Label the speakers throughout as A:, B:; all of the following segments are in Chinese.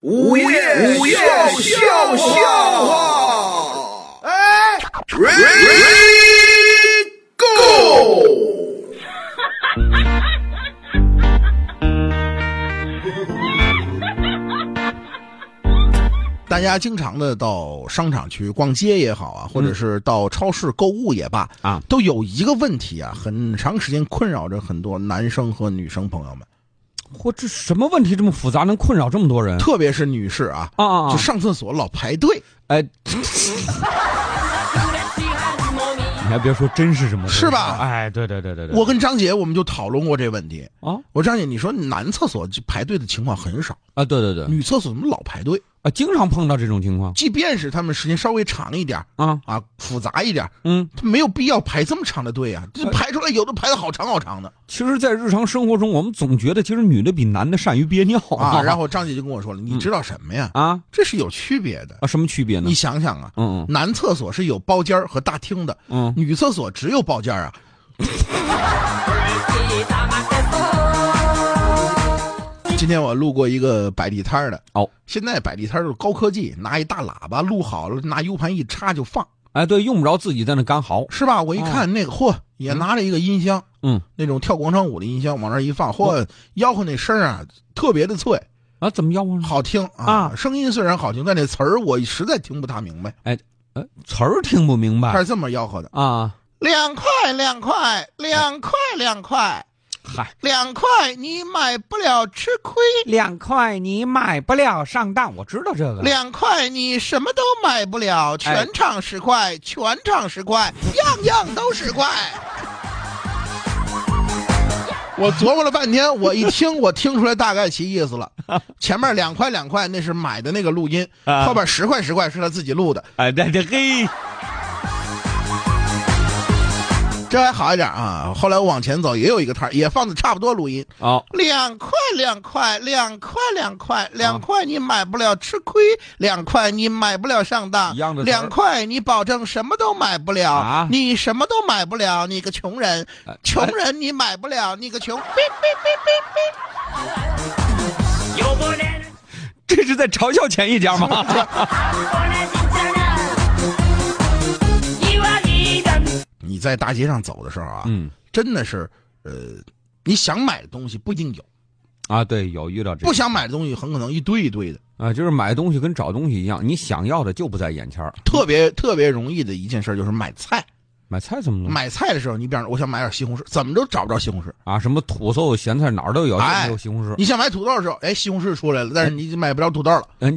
A: 午夜午夜笑笑话，哎，Ready Go！
B: 大家经常的到商场去逛街也好啊，或者是到超市购物也罢
C: 嗯啊
B: 都有一个问题啊，很长时间困扰着很多男生和女生朋友们，
C: 嚯，这什么问题这么复杂，能困扰这么多人？
B: 特别是女士啊，
C: 啊啊啊
B: 就上厕所老排队。
C: 哎，你还别说，真是这么回事
B: 是吧
C: 哎，对对对对对，
B: 我跟张姐我们就讨论过这问题。
C: 啊
B: 我说张姐，你说男厕所就排队的情况很少，
C: 啊，对对对
B: 女厕所怎么老排队？
C: 啊，经常碰到这种情况
B: 即便是他们时间稍微长一点儿
C: 啊，
B: 啊，复杂一点儿，
C: 嗯，
B: 他没有必要排这么长的队啊，
C: 呃
B: 这排出来有的排的好长好长的
C: 其实，在日常生活中，我们总觉得其实女的比男的善于憋尿
B: 啊。然
C: 后
B: 后张姐就跟我说了，你知道什么呀？
C: 啊
B: 这是有区别的。
C: 啊，什么区别呢
B: 你？想想啊，
C: 嗯嗯
B: 男厕所是有包间儿和大厅的，
C: 嗯，
B: 女厕所只有包间儿啊。今天我路过一个摆地摊儿的，
C: 哦，
B: 现在摆地摊儿都是高科技，拿一大喇叭录好了，拿 U 盘一插就放，
C: 哎，对，用不着自己在那干嚎，
B: 是吧？我一看那个，嚯，也拿着一个音箱，
C: 哦嗯
B: 那种跳广场舞的音箱往那儿一放，嚯，吆喝那声儿啊，特别的脆，
C: 啊，怎么要啊？
B: 好听啊。
C: 啊
B: 声音虽然好听，但这词儿我实在听不大明白。
C: 呃，词儿听不明
B: 他
C: 白
B: 是这么吆喝的：
C: 啊，
B: 两块，两块，两块，两块，
C: 嗨，
B: 两块，你买不了吃亏。
C: 两块你买不了上当，我知道这个。
B: 两块你什么都买不了，全场十块，全场十块，样样都十块。我琢磨了半天，我一听，我听出来大概其意思了。前面两块两块那是买的那个录音，
C: 啊
B: 后边十块十块是他自己录的，
C: 哎，这这嘿，
B: 这还好一点啊。后来我往前走，也有一个摊儿也放的差不多录音，
C: 哦，
B: 两块两块两块两块两块你买不了吃亏，两块你买不了上当，
C: 一样的词儿
B: 啊两块你保证什么都买不了，
C: 啊
B: 你什么都买不了，你个穷人，
C: 哎
B: 穷人你买不了，你个穷。
C: 这是在嘲笑前一家吗？
B: 你在大街上走的时候啊，
C: 嗯
B: 真的是，呃，你想买的东西不一定有，
C: 啊，对，有遇到这
B: 不想买的东西很可能一堆一堆的，
C: 啊，就是买东西跟找东西一样，你想要的就不在眼前儿。
B: 特别特别容易的一件事就是买菜。
C: 买菜怎么了？
B: 买菜的时候，你比方说我想买点西红柿，怎么都找不着西红柿。
C: 啊，什么土豆、咸菜哪儿都有，就
B: 哎
C: 没有西红柿。
B: 你想买土豆的时候，哎，西红柿出来了，但是你已经买不着土豆了。
C: 嗯，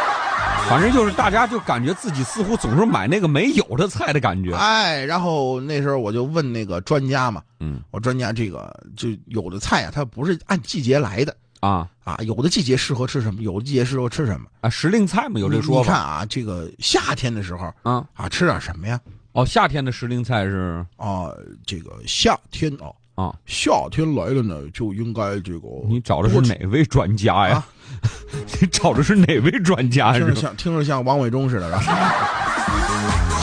C: 反正就是大家就感觉自己似乎总是买那个没有的菜的感觉。
B: 哎，然后那时候我就问那个专家嘛，
C: 嗯
B: 我专家这个就有的菜啊，它不是按季节来的
C: 啊
B: 啊，有的季节适合吃什么，有的季节适合吃什么。
C: 啊，时令菜嘛，有这
B: 你
C: 说
B: 你看
C: 法
B: 啊，这个夏天的时候
C: 啊。
B: 啊，吃点什么呀？
C: 哦，夏天的时令菜是
B: 啊，这个夏天啊，
C: 啊，
B: 夏天来了呢，就应该这个
C: 你找的是
B: 多吃
C: 哪位专家
B: 啊
C: 呀？ 你找的是哪位专家
B: 听着
C: 是吧？
B: 像听着像王伟忠似的，是吧？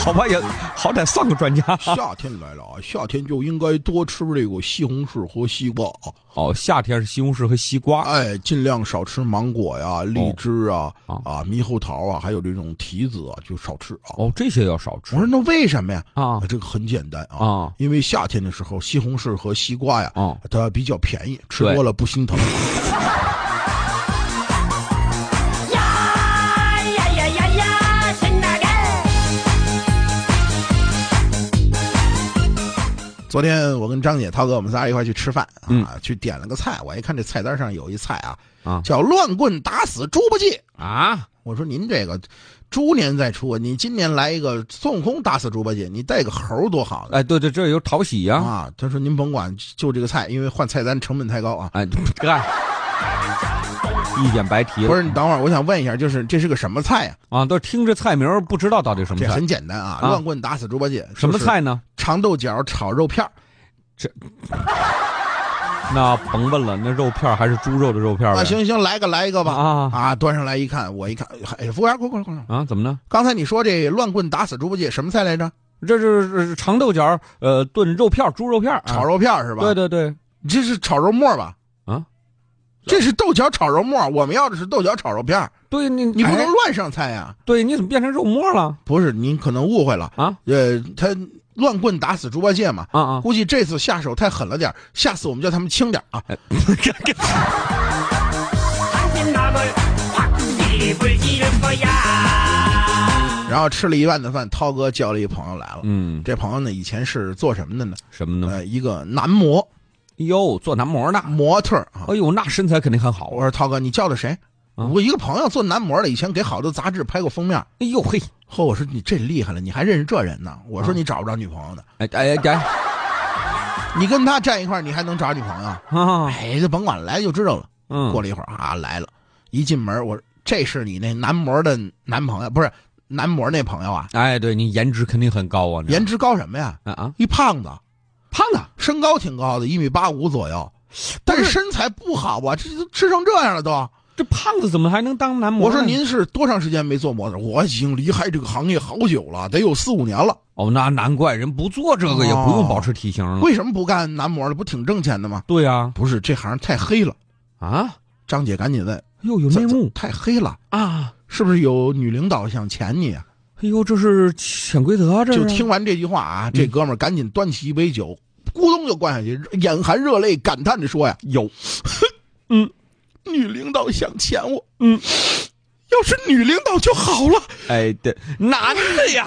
C: 好吧，也好歹算个专家。
B: 夏天来了啊，夏天就应该多吃这个西红柿和西瓜啊。
C: 哦，夏天是西红柿和西瓜。
B: 哎，尽量少吃芒果呀、荔枝啊、
C: 啊
B: 啊、猕猴桃啊，还有这种提子啊，就少吃啊。
C: 哦，这些要少吃
B: 我说那为什么呀？
C: 啊
B: 这个很简单啊，
C: 啊
B: 因为夏天的时候，西红柿和西瓜呀，
C: 哦
B: 它比较便宜，吃
C: 对
B: 多了不心疼。昨天我跟张姐、涛哥，我们仨一块去吃饭啊，
C: 嗯
B: 去点了个菜。我一看这菜单上有一菜啊，
C: 啊
B: 叫乱棍打死猪八戒。
C: 啊！
B: 我说您这个猪年再出，你今年来一个孙悟空打死猪八戒，你带个猴儿多好呢
C: 哎，对对，这有讨喜哎呀、
B: 啊！他说您甭管，就这个菜，因为换菜单成本太高啊。
C: 哎， 干，一点白提了
B: 不是，你等会儿，我想问一下，就是这是个什么菜呀、
C: 啊！都听这菜名儿不知道到底什么
B: 这
C: 菜，
B: 很简单啊，
C: 啊
B: 乱棍打死猪八戒。
C: 什么？菜呢？
B: 长豆角炒肉片儿
C: 那甭问了，那肉片儿还是猪肉的肉片儿呗
B: 啊！行行，来一个来一个吧
C: 啊
B: 端上来一看，我一看，哎，服务员，快快快快！
C: 啊？怎么呢？
B: 刚才你说这乱棍打死猪八戒什么菜来着？
C: 这是这是长豆角儿，呃，炖肉片儿，猪肉片儿，啊
B: 炒肉片儿是吧？
C: 对对对，
B: 这是炒肉末吧？
C: 啊，
B: 这是豆角炒肉末，我们要的是豆角炒肉片儿
C: 对你
B: 你不能
C: 哎
B: 乱上菜呀、
C: 对，你怎么变成肉末了
B: 不是，您可能误会了，
C: 啊
B: 呃，他乱棍打死猪八戒嘛，
C: 啊啊！
B: 估计这次下手太狠了点儿下次我们叫他们轻点儿啊。然后吃了一万的饭，涛哥叫了一朋友来了。
C: 啊嗯，
B: 这朋友呢，以前是做什么的呢？
C: 什么呢？
B: 呃，一个男模
C: 哟，做男模呢？
B: 模特儿啊。
C: 哎呦，那身材肯定很好
B: 我
C: 啊！
B: 说涛哥，你叫的谁？
C: 啊
B: 我一个朋友做男模的，以前给好多杂志拍过封面。
C: 哎呦嘿，
B: 嚯，我说你这厉害了，你还认识这人呢？我说
C: 啊
B: 你找不着女朋友呢，
C: 哎哎哎
B: 你跟他站一块儿，你还能找女朋友？
C: 啊！
B: 哎，就甭管了来就知道了。
C: 嗯，
B: 过了一会儿啊，来了，一进门我说这是你那男模的男朋友，不是男模那朋友啊？
C: 哎，对你颜值肯定很高啊！你
B: 颜值高什么呀？
C: 啊啊，
B: 一胖子，
C: 胖子，
B: 身高挺高的，一米八五左右，但是
C: 不是
B: 身材不好啊，这都吃成这样了都。
C: 这胖子怎么还能当男模？
B: 我说，您是多长时间没做模特？我已经离开这个行业好久了，得有四五年了。
C: 哦，那难怪人不做这个也不用保持体型了。
B: 为什么不干男模了？不挺挣钱的吗？
C: 对啊呀，
B: 不是，这行太黑了。
C: 啊，
B: 张姐赶紧问，
C: 哟，有内
B: 怎
C: 幕
B: 怎太黑了，
C: 啊！
B: 是不是有女领导想钳你啊？
C: 哎呦，这是潜规则，啊这是
B: 就
C: 嗯
B: 听完这句话啊，这哥们儿赶紧端起一杯酒，咕咚就灌下去，眼含热泪，感叹着说呀
C: 有：“
B: 女领导想钳我，
C: 嗯，
B: 要是女领导就好了。”
C: 哎对，男的呀，